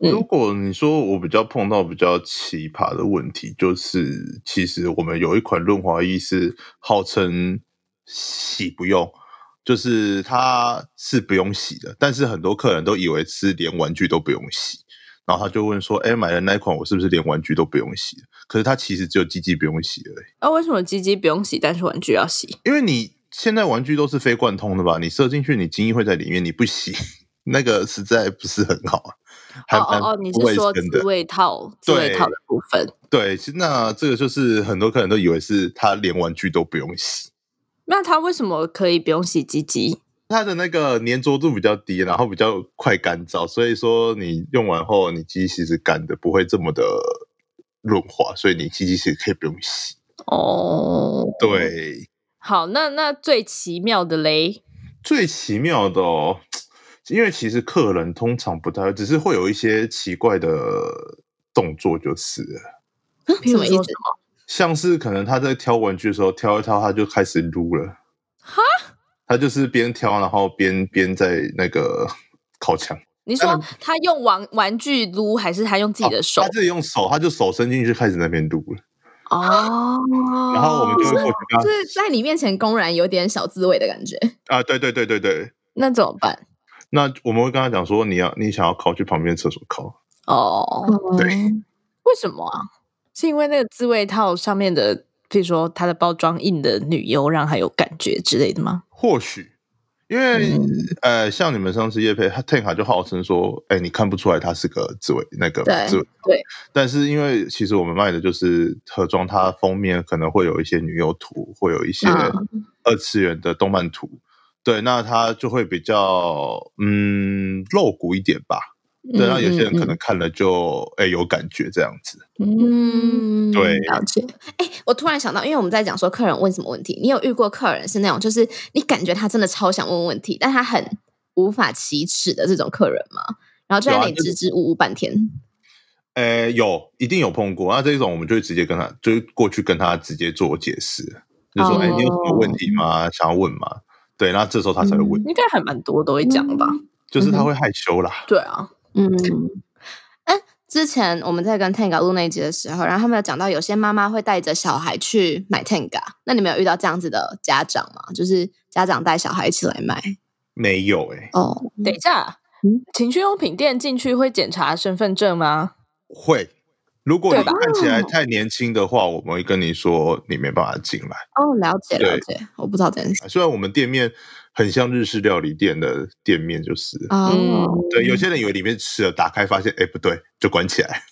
B: 嗯
A: 如果你说我比较碰到比较奇葩的问题，就是其实我们有一款润滑液是号称洗不用，就是它是不用洗的，但是很多客人都以为是连玩具都不用洗，然后他就问说：“哎，买了那一款，我是不是连玩具都不用洗？”可是它其实只有鸡鸡不用洗而已，
B: 啊，为什么鸡鸡不用洗，但是玩具要洗？
A: 因为你现在玩具都是非贯通的吧？你射进去，你精液会在里面，你不洗， *laughs* 那个实在不是很好啊。还
B: 哦
A: 蛮
B: 哦哦，你
A: 不卫
B: 是说
A: 生的
B: 自慰套自慰
A: 对
B: 套的部分？
A: 对，其实那这个就是很多客人都以为是他连玩具都不用洗，
B: 那他为什么可以不用洗鸡鸡？
A: 它的那个粘着度比较低，然后比较快干燥，所以说你用完后，你机器其实干的不会这么的润滑，所以你机器其实可以不用洗。
B: 哦，，
A: 对，
B: 好，那那最奇妙的嘞，
A: 最奇妙的哦，因为其实客人通常不太，只是会有一些奇怪的动作，就是了
B: 比
C: 什
B: 如
C: 么意
B: 说
C: 思？
A: 像是可能他在挑玩具的时候，挑一挑他就开始撸了。
B: 哈，
A: 他就是边挑，然后边边在那个 *laughs* 靠墙，
B: 你
A: 当
B: 说
A: 然
B: 他用玩玩具撸，还是他用自己的手
A: 嗯哦他？自己用手，他就手伸进去开始那边撸了。
B: 哦，
A: 然后我们就会过去跟
C: 就是在你面前公然有点小自慰的感觉， *laughs*
A: 他啊，对对对对对，
B: 那怎么办？
A: 那我们会跟他讲说，你要你想要靠去旁边厕所靠，
B: 哦，
A: 对，
B: 为什么啊？是因为那个自慰套上面的，譬如说它的包装印的女优，让他有感觉之类的吗？
A: 或许。因为、
C: 嗯
A: 呃，像你们上次叶佩他 Tank 就号称说，哎、你看不出来他是个自卫那个
C: 对
A: 自卫，
C: 对。
A: 但是因为其实我们卖的就是盒装，它封面可能会有一些女优图，会有一些
C: 嗯
A: 二次元的动漫图，对，那它就会比较嗯露骨一点吧。对，那有些人可能看了就哎、有感觉这样子，
C: 嗯，
A: 对
C: 了解。哎、我突然想到，因为我们在讲说客人问什么问题，你有遇过客人是那种，就是你感觉他真的超想问问题，但他很无法启齿的这种客人吗？然后就在
A: 有啊
C: 那里
A: 就是
C: 支支吾吾半天。
A: 哎、有一定有碰过。那这种我们就会直接跟他，就过去跟他直接做解释，就说
C: 哦
A: 哎、你有什么问题吗？想要问吗？对，那这时候他才会问，
B: 应该还蛮多都会讲吧？
A: 就是
B: 嗯
A: 他会害羞啦。
B: 对啊，
C: 嗯， *laughs* 哎，之前我们在跟 Tenga 录那一集的时候，然后他们有讲到有些妈妈会带着小孩去买 Tenga，那你们有遇到这样子的家长吗？就是家长带小孩一起来买
A: 没有哎、
C: 哦，
B: 等一下
C: 嗯，
B: 情趣用品店进去会检查身份证
A: *laughs*
B: 吗？
A: 会。如果你
B: 对吧
A: 看起来太年轻的话，我们会跟你说你没办法进来。
C: 哦，了解
A: 对
C: 了解，我不知道这件事
A: 虽然我们店面很像日式料理店的店面，就是、
C: 哦，
B: 嗯
A: 对，有些人以为里面吃了，打开发现哎不对，就关起来。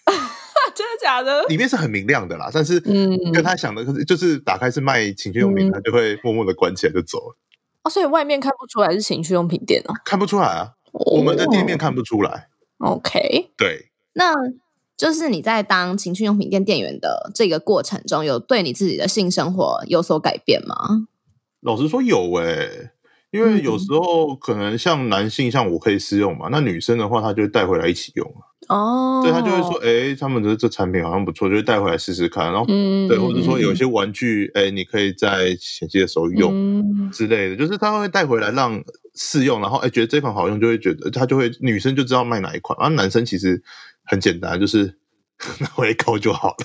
B: 真的假的？
A: 里面是很明亮的啦，但是
B: 嗯
A: 跟他想的，可是就是打开是卖情趣用品，
B: 嗯
A: 他就会默默的关起来就走了，
B: 哦，所以外面看不出来是情趣用品店哦。
A: 看不出来啊。我们的店
B: 哦
A: 面看不出来，
B: OK，
A: 对，
C: 那就是你在当情趣用品店店员的这个过程中，有对你自己的性生活有所改变吗？
A: 老实说有诶、因为有
C: 嗯
A: 时候可能像男性，像我可以试用嘛，那女生的话，她就会带回来一起用啊，
B: 哦，
A: 对，她就会说，哎、他们的这产品好像不错，就会带回来试试看，然后
B: 嗯，嗯，
A: 对，或者说有
B: 些
A: 些玩具，哎、你可以在前期的时候用
B: 嗯
A: 之类的，就是他会带回来让试用，然后哎觉得这款好用，就会觉得他就会女生就知道卖哪一款，然后男生其实很简单，就是 *laughs* 拿回来扣就好了。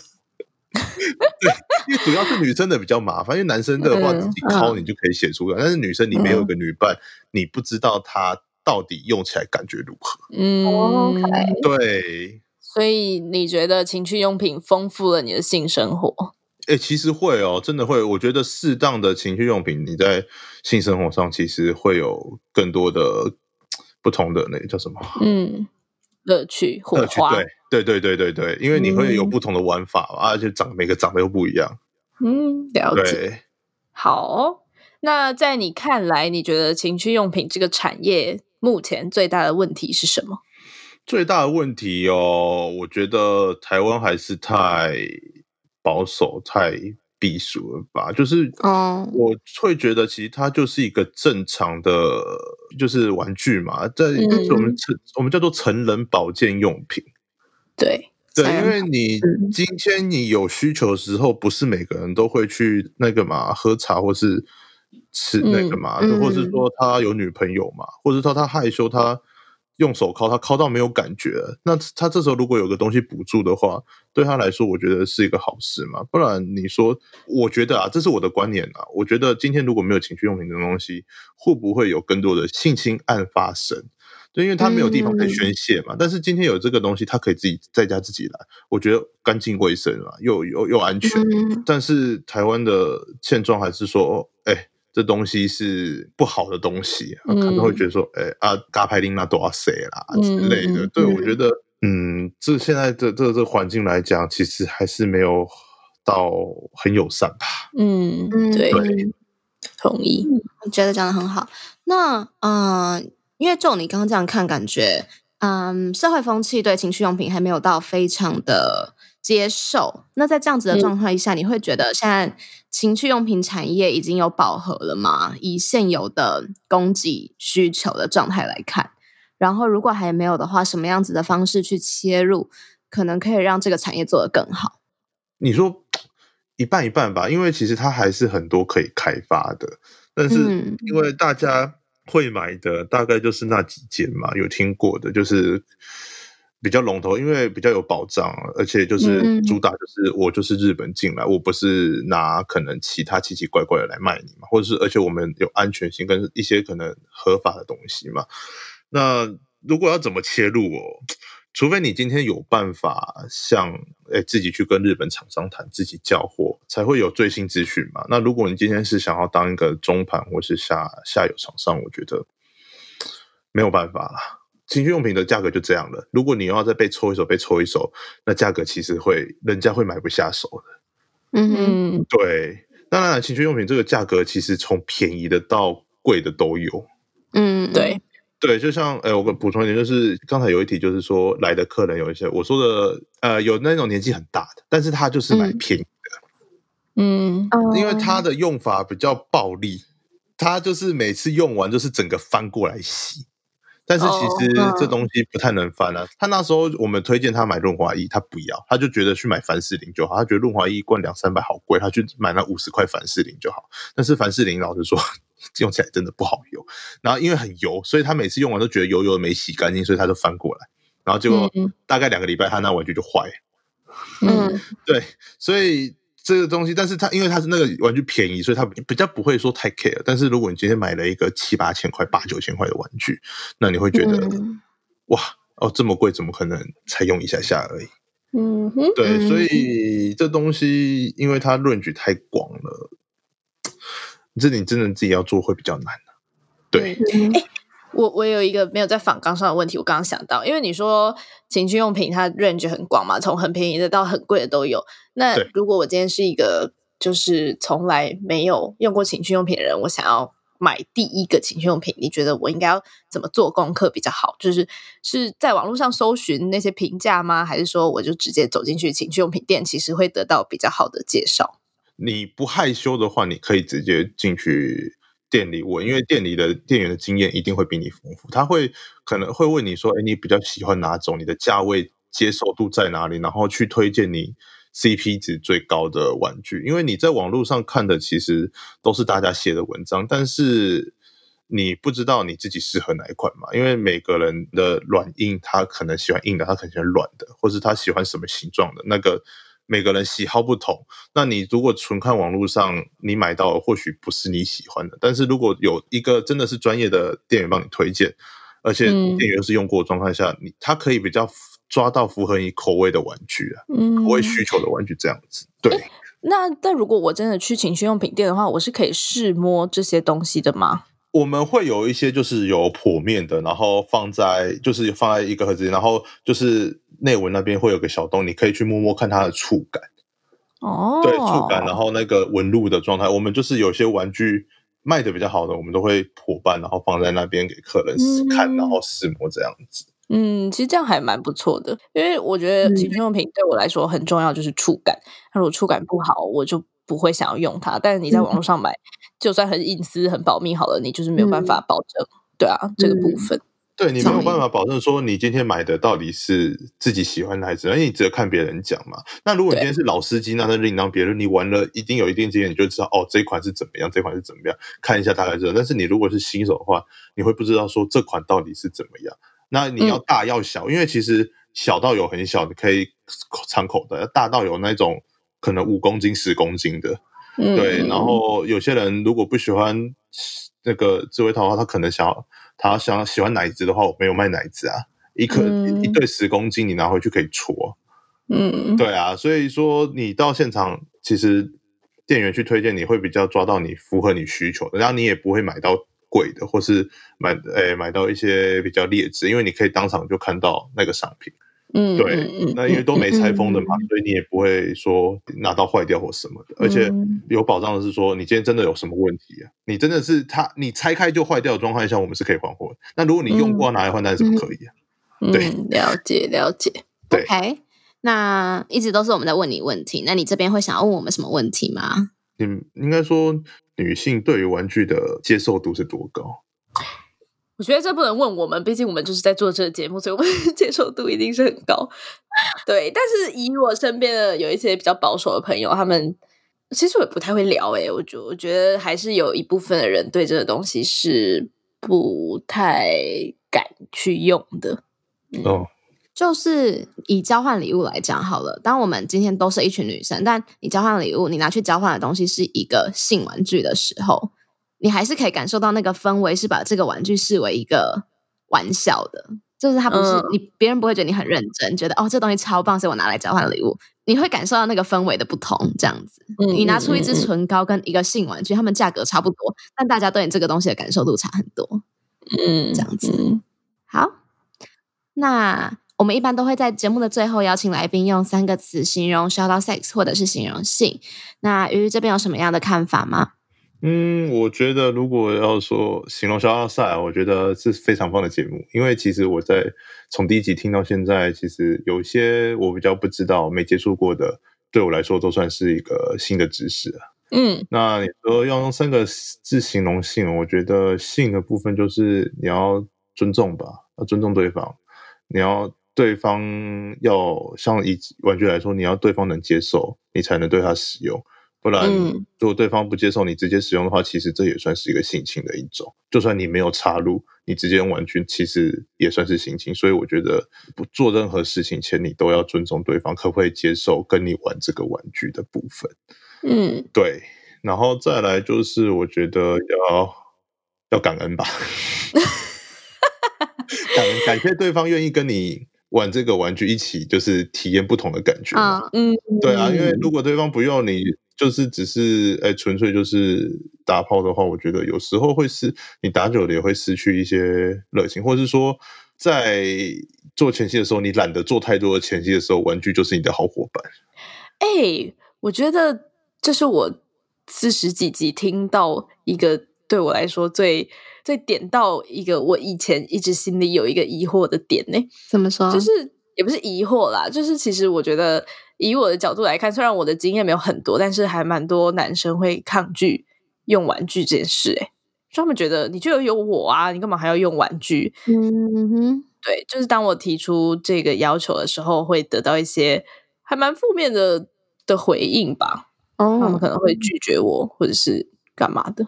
A: 对，因为主要是女生的比较麻烦，因为男生的话
C: 嗯
A: 自己敲你就可以写出来，但是女生你没有一个女伴，你不知道她到底用起来感觉如何。
B: 嗯
A: 哦
C: 哦
D: OK
A: 对，
B: 所以你觉得情趣用品丰富了你的性生活？
A: 哎、其实会哦，真的会。我觉得适当的情趣用品，你在性生活上其实会有更多的不同的那个叫什么
B: 嗯，乐趣火
A: 乐趣
B: 花。
A: 呃对对对对对对，因为你会有
B: 嗯
A: 不同的玩法嘛，而且长每个长得又不一样。
B: 嗯，了解。
A: 对，
B: 好哦、那在你看来，你觉得情趣用品这个产业目前最大的问题是什么？
A: 最大的问题哦，我觉得台湾还是太保守、太避俗了吧。就是
C: 哦
A: 我会觉得其实它就是一个正常的，就是玩具嘛，在
B: 嗯
A: 我们成、我们叫做成人保健用品。
B: 对，
A: 对，
B: 成人
A: 因为你
C: 嗯
A: 今天你有需求的时候，不是每个人都会去那个嘛喝茶，或是吃那个嘛，
C: 嗯嗯
A: 或是说他有女朋友嘛，或者说他害羞，他用手铐，他铐到没有感觉了，那他这时候如果有个东西补助的话，对他来说，我觉得是一个好事嘛。不然你说，我觉得啊，这是我的观点啊，我觉得今天如果没有情趣用品这种东西，会不会有更多的性侵案发生？对，因为他没有地方可以宣泄嘛。但是今天有这个东西，他可以自己在家自己来，我觉得干净卫生嘛，又又又安全。啊
C: 嗯
A: 但是台湾的现状还是说，哎、这东西是不好的东西，啊
B: 嗯
A: 可能会觉得说，哎、啊，嘎派丁那多少谁啦
B: 嗯
A: 之类的。
B: 嗯
A: 对，
C: 嗯
A: 我觉得，嗯，这现在这这这环境来讲，其实还是没有到很友善吧。
B: 嗯，
C: 嗯
B: 对，
A: 对
B: 同意。
C: 我觉得讲的很好。那嗯、呃因为就你刚刚这样看，感觉嗯，社会风气对情趣用品还没有到非常的接受。那在这样子
A: 嗯
C: 的状态下，你会觉得现在情趣用品产业已经有饱和了吗？以现有的供给需求的状态来看，然后如果还没有的话，什么样子的方式去切入，可能可以让这个产业做得更好？
A: 你说一半一半吧，因为其实它还是很多可以开发的，但是
C: 嗯
A: 因为大家会买的大概就是那几件嘛，有听过的就是比较龙头，因为比较有保障，而且就是
C: 嗯
A: 主打就是我就是日本进来，我不是拿可能其他奇奇怪怪的来卖你嘛，或者是而且我们有安全性跟一些可能合法的东西嘛。那如果要怎么切入哦？除非你今天有办法像诶、自己去跟日本厂商谈，自己叫货，才会有最新资讯嘛。那如果你今天是想要当一个中盘或是下下游厂商，我觉得没有办法啦。情趣用品的价格就这样了，如果你要再被抽一手，被抽一手，那价格其实会人家会买不下手的。
C: 嗯
B: 嗯
A: 对，当然情趣用品这个价格其实从便宜的到贵的都有。
C: 嗯，
B: 对，
A: 对，就像呃，我补充一点，就是刚才有一题，就是说来的客人有一些，我说的呃，有那种年纪很大的，但是他就是买
C: 嗯
A: 便宜的，
B: 嗯
C: 哦
A: 因为它的用法比较暴力，它就是每次用完就是整个翻过来洗。但是其实
C: 哦
A: 这东西不太能翻啊。他那时候我们推荐他买润滑液，他不要，他就觉得去买凡士林就好。他觉得润滑液一罐两三百好贵，他去买那五十块凡士林就好。但是凡士林老实说，用起来真的不好用。然后因为很油，所以他每次用完都觉得油油的没洗干净，所以他就翻过来。然后结果
B: 嗯
A: 大概两个礼拜，他那玩具就坏了。
B: 嗯
A: 对，所以这个东西，但是它因为它是那个玩具便宜，所以它比较不会说太 care。但是如果你今天买了一个七八千块、八九千块的玩具，那你会觉得、
C: 嗯
A: 哇，哦这么贵，怎么可能才用一下下而已？
B: 嗯哼，
A: 对，
C: 嗯
A: 所以这东西因为它论据太广了，这你真的自己要做会比较难、啊、对，
B: 我我有一个没有在访纲上的问题，我刚刚想到，因为你说情趣用品它 range 很广嘛，从很便宜的到很贵的都有。那
A: 对
B: 如果我今天是一个就是从来没有用过情趣用品的人，我想要买第一个情趣用品，你觉得我应该要怎么做功课比较好？就是是在网络上搜寻那些评价吗？还是说我就直接走进去情趣用品店，其实会得到比较好的介绍？
A: 你不害羞的话，你可以直接进去店里问，因为店里的店员的经验一定会比你丰富，他会可能会问你说：“哎，你比较喜欢哪种？你的价位接受度在哪里？”然后去推荐你 CP 值最高的玩具，因为你在网络上看的其实都是大家写的文章，但是你不知道你自己适合哪一款嘛，因为每个人的软硬，他可能喜欢硬的，他可能喜欢软的，或是他喜欢什么形状的，那个每个人喜好不同。那你如果纯看网络上你买到的，或许不是你喜欢的，但是如果有一个真的是专业的店员帮你推荐，而且
B: 嗯
A: 店员又是用过的状态下，你他可以比较抓到符合你口味的玩具啊，
B: 嗯
A: 口味需求的玩具这样子。对，
B: 那但如果我真的去情趣用品店的话，我是可以试摸这些东西的吗？
A: 我们会有一些就是有剖面的，然后放在就是放在一个盒子里，然后就是内纹那边会有个小洞，你可以去摸摸看它的触感，
B: 哦，
A: 对触感，然后那个纹路的状态，我们就是有些玩具卖的比较好的，我们都会破半，然后放在那边给客人试看，
B: 嗯
A: 然后试摸这样子。
B: 嗯，其实这样还蛮不错的，因为我觉得
A: 嗯
B: 情趣用品对我来说很重要，就是触感。那如果触感不好，我就不会想要用它。但是你在网
A: 嗯
B: 络上买，就算很隐私、很保密好了，你就是没有办法
A: 嗯
B: 保证。对啊，这个部分，
A: 对你没有
C: 同意
A: 办法保证说你今天买的到底是自己喜欢的还是，因为你只有看别人讲嘛。那如果你
B: 对
A: 今天是老司机，那是另当别论。你玩了一定有一定经验，你就知道哦，这一款是怎么样，这款是怎么样，看一下大概知道。但是你如果是新手的话，你会不知道说这款到底是怎么样。那你要大要小，因为其实小到有很小，你可以藏口袋；大到有那种可能五公斤、十公斤的，
B: 嗯，
A: 对，然后有些人如果不喜欢那个紫薇桃花，他可能想要他想要喜欢奶子的话，我没有卖奶子啊，一颗、
B: 嗯
A: 一对十公斤，你拿回去可以戳。
B: 嗯，
A: 对啊，所以说你到现场，其实店员去推荐你会比较抓到你符合你需求的，然后你也不会买到贵的，或是买诶、买到一些比较劣质，因为你可以当场就看到那个商品。
B: 嗯，
A: 对
B: 嗯
A: 那因为都没拆封的嘛，所以你也不会说拿到坏掉或什么的，而且有保障的是说，你今天真的有什么问题啊？你真的是它，你拆开就坏掉的状态下，我们是可以换货的。那如果你用过要拿来换，那是不可以啊。
B: 嗯
A: 对
B: 嗯了解了解。
A: 对
C: OK，那一直都是我们在问你问题，那你这边会想要问我们什么问题吗？
A: 你应该说，女性对于玩具的接受度是多高？
B: 我觉得这不能问我们，毕竟我们就是在做这个节目，所以我们 *laughs* 的接受度一定是很高。对，但是以我身边的有一些比较保守的朋友，他们其实我也不太会聊诶、我觉我觉得还是有一部分的人对这个东西是不太敢去用的。
A: 哦，
C: 就是以交换礼物来讲好了，当我们今天都是一群女生，但你交换礼物，你拿去交换的东西是一个性玩具的时候，你还是可以感受到那个氛围是把这个玩具视为一个玩笑的，就是它不是、
B: 嗯
C: 你别人不会觉得你很认真，觉得哦这东西超棒，所以我拿来交换礼物，你会感受到那个氛围的不同，这样子。
B: 嗯
C: 你拿出一支唇膏跟一个性玩具，它们价格差不多，但大家对你这个东西的感受度差很多。
B: 嗯，嗯
C: 这样子
B: 嗯
C: 好，那我们一般都会在节目的最后邀请来宾用三个词形容 shout out sex 或者是形容性。那鱼鱼这边有什么样的看法吗？
A: 嗯，我觉得如果要说形容《逍遥赛》，我觉得是非常棒的节目，因为其实我在从第一集听到现在，其实有些我比较不知道、没接触过的，对我来说都算是一个新的知识啊。
B: 嗯
A: 那你说要用三个字形容性，我觉得性的部分就是你要尊重吧，要尊重对方，你要对方要像以玩具来说，你要对方能接受，你才能对他使用，不然
B: 嗯
A: 如果对方不接受你直接使用的话，其实这也算是一个性侵的一种。就算你没有插入，你直接用玩具，其实也算是性侵。所以我觉得不做任何事情前，你都要尊重对方可不可以接受跟你玩这个玩具的部分。
B: 嗯
A: 对，然后再来就是我觉得要要感恩吧，感恩感谢对方愿意跟你玩这个玩具，一起就是体验不同的感觉嘛。
C: 啊、
B: 嗯，
A: 对啊，因为如果对方不用你，就是只是哎纯粹就是打炮的话，我觉得有时候会失你打久了也会失去一些热情，或是说在做前戏的时候，你懒得做太多的前戏的时候，玩具就是你的好伙伴。
B: 哎、我觉得这是我四十几集听到一个对我来说最最点到一个我以前一直心里有一个疑惑的点呢、
C: 怎么说？
B: 就是也不是疑惑啦，就是其实我觉得以我的角度来看，虽然我的经验没有很多，但是还蛮多男生会抗拒用玩具这件事、欸，哎，他们觉得你就有我啊，你干嘛还要用玩具？
C: 嗯哼，
B: 对，就是当我提出这个要求的时候，会得到一些还蛮负面的的回应吧。他们
C: 哦，
B: 可能会拒绝我，或者是干嘛的。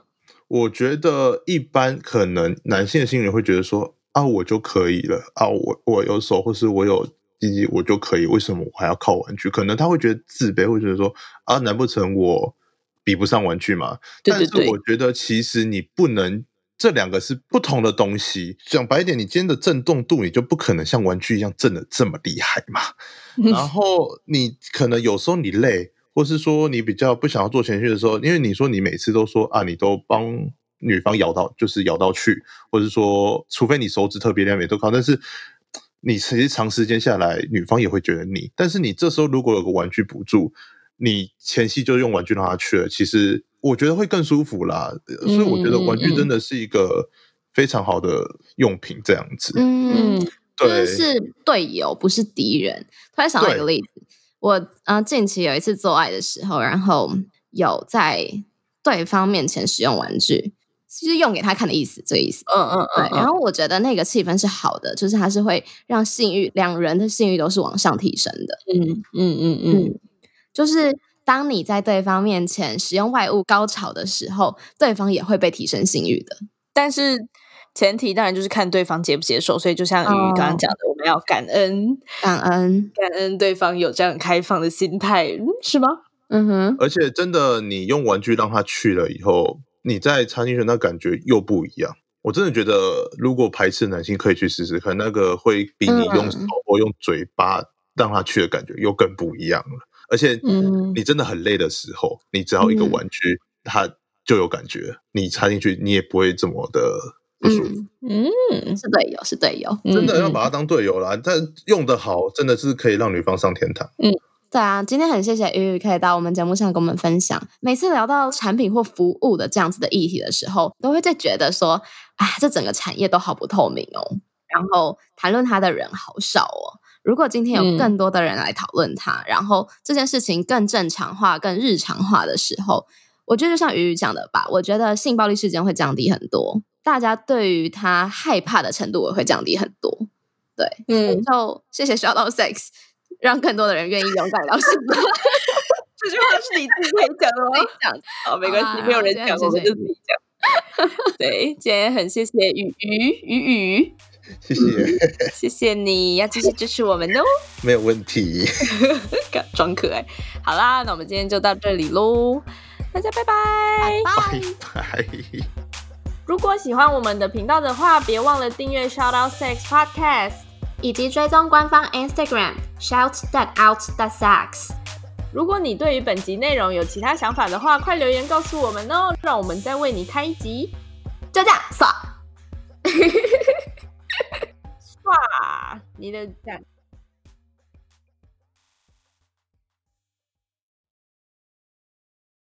A: 我觉得一般可能男性的心里会觉得说啊，我就可以了啊，我我有手或是我有鸡鸡，我就可以，为什么我还要靠玩具？可能他会觉得自卑，会觉得说啊，难不成我比不上玩具吗？
B: 对对
A: 但
B: 对
A: 是我觉得其实你不能。这两个是不同的东西。讲白一点，你今天的震动度，你就不可能像玩具一样震的这么厉害
B: *laughs*
A: 嘛。然后你可能有时候你累，或是说你比较不想要做前序的时候，因为你说你每次都说啊，你都帮女方摇到，就是摇到去，或是说，除非你手指特别亮，也都靠，但是。你其实长时间下来，女方也会觉得你。但是你这时候如果有个玩具补助，你前期就用玩具让她去了，其实我觉得会更舒服啦。呃所以我觉
C: 嗯
A: 得玩具真的是一个非常好的用品，这样子。
C: 嗯，
B: 嗯，
A: 对，
C: 就是队友，不是敌人。突然想到一个
A: 对
C: 例子，我呃近期有一次做爱的时候，然后有在对方面前使用玩具，就是用给他看的意思，这个意思。
B: 嗯嗯
C: 对
B: 嗯，，
C: 然
B: 后
C: 后我觉得那个气氛是好的，就是它是会让性欲两人的性欲都是往上提升的。
B: 嗯嗯嗯嗯，
C: 就是当你在对方面前使用外物高潮的时候，对方也会被提升性欲的。
B: 但是前提当然就是看对方接不接受，所以就像鱼
C: 哦
B: 刚刚讲的，我们要感恩
C: 感恩，
B: 感恩对方有这样开放的心态，嗯是吗？
C: 嗯哼，
A: 而且真的，你用玩具让他去了以后，你再插进去，那感觉又不一样。我真的觉得，如果排斥的男性可以去试试看，那个会比你用手
C: 嗯
A: 或用嘴巴让他去的感觉又更不一样了。而且，
B: 嗯
A: 你真的很累的时候，你只要一个
C: 嗯
A: 玩具，它就有感觉，你插进去，你也不会这么的不舒服。
C: 嗯，
B: 嗯，
C: 是队友，是队友。
A: 真的要
B: 嗯
A: 把它当队友啦，但用的好，真的是可以让女方上天堂。
C: 对啊，今天很谢谢鱼鱼可以到我们节目上跟我们分享。每次聊到产品或服务的这样子的议题的时候，都会在觉得说，啊，这整个产业都好不透明哦。然后谈论它的人好少哦。如果今天有
B: 嗯
C: 更多的人来讨论它，然后这件事情更正常化、更日常化的时候，我觉得就像鱼鱼讲的吧，我觉得性暴力事件会降低很多，大家对于它害怕的程度也会降低很多。对，
A: 哦
B: 嗯，
C: 就谢谢 Shout Out Sex，让更多的人愿意勇敢聊性暴力
B: 这句话是你自己可以讲的
C: *laughs*
B: 吗？
C: 这样子。
B: *laughs* 好，没关
C: 好
B: 系，
C: 啦
B: 没有人
C: 今天
B: 讲，
C: 很
B: 我们
C: 啊谢谢
B: 就自己讲。 *laughs* 对，今天很谢谢雨雨雨雨，
A: 谢谢，
B: 谢谢你要继续支持我们哦， *laughs*
A: 没有问题。
B: 装可爱。好啦，那我们今天就到这里喽，大家拜拜。
A: 拜拜。
B: 如果喜欢我们的频道的话，别忘了订阅 Shout Out Sex Podcast。
D: 以及追踪官方 Instagram shout that out that sex。
B: 如果你对于本集内容有其他想法的话，快留言告诉我们哦，让我们再为你开一集。
D: 就这样，爽。
B: 啊哇，你的讲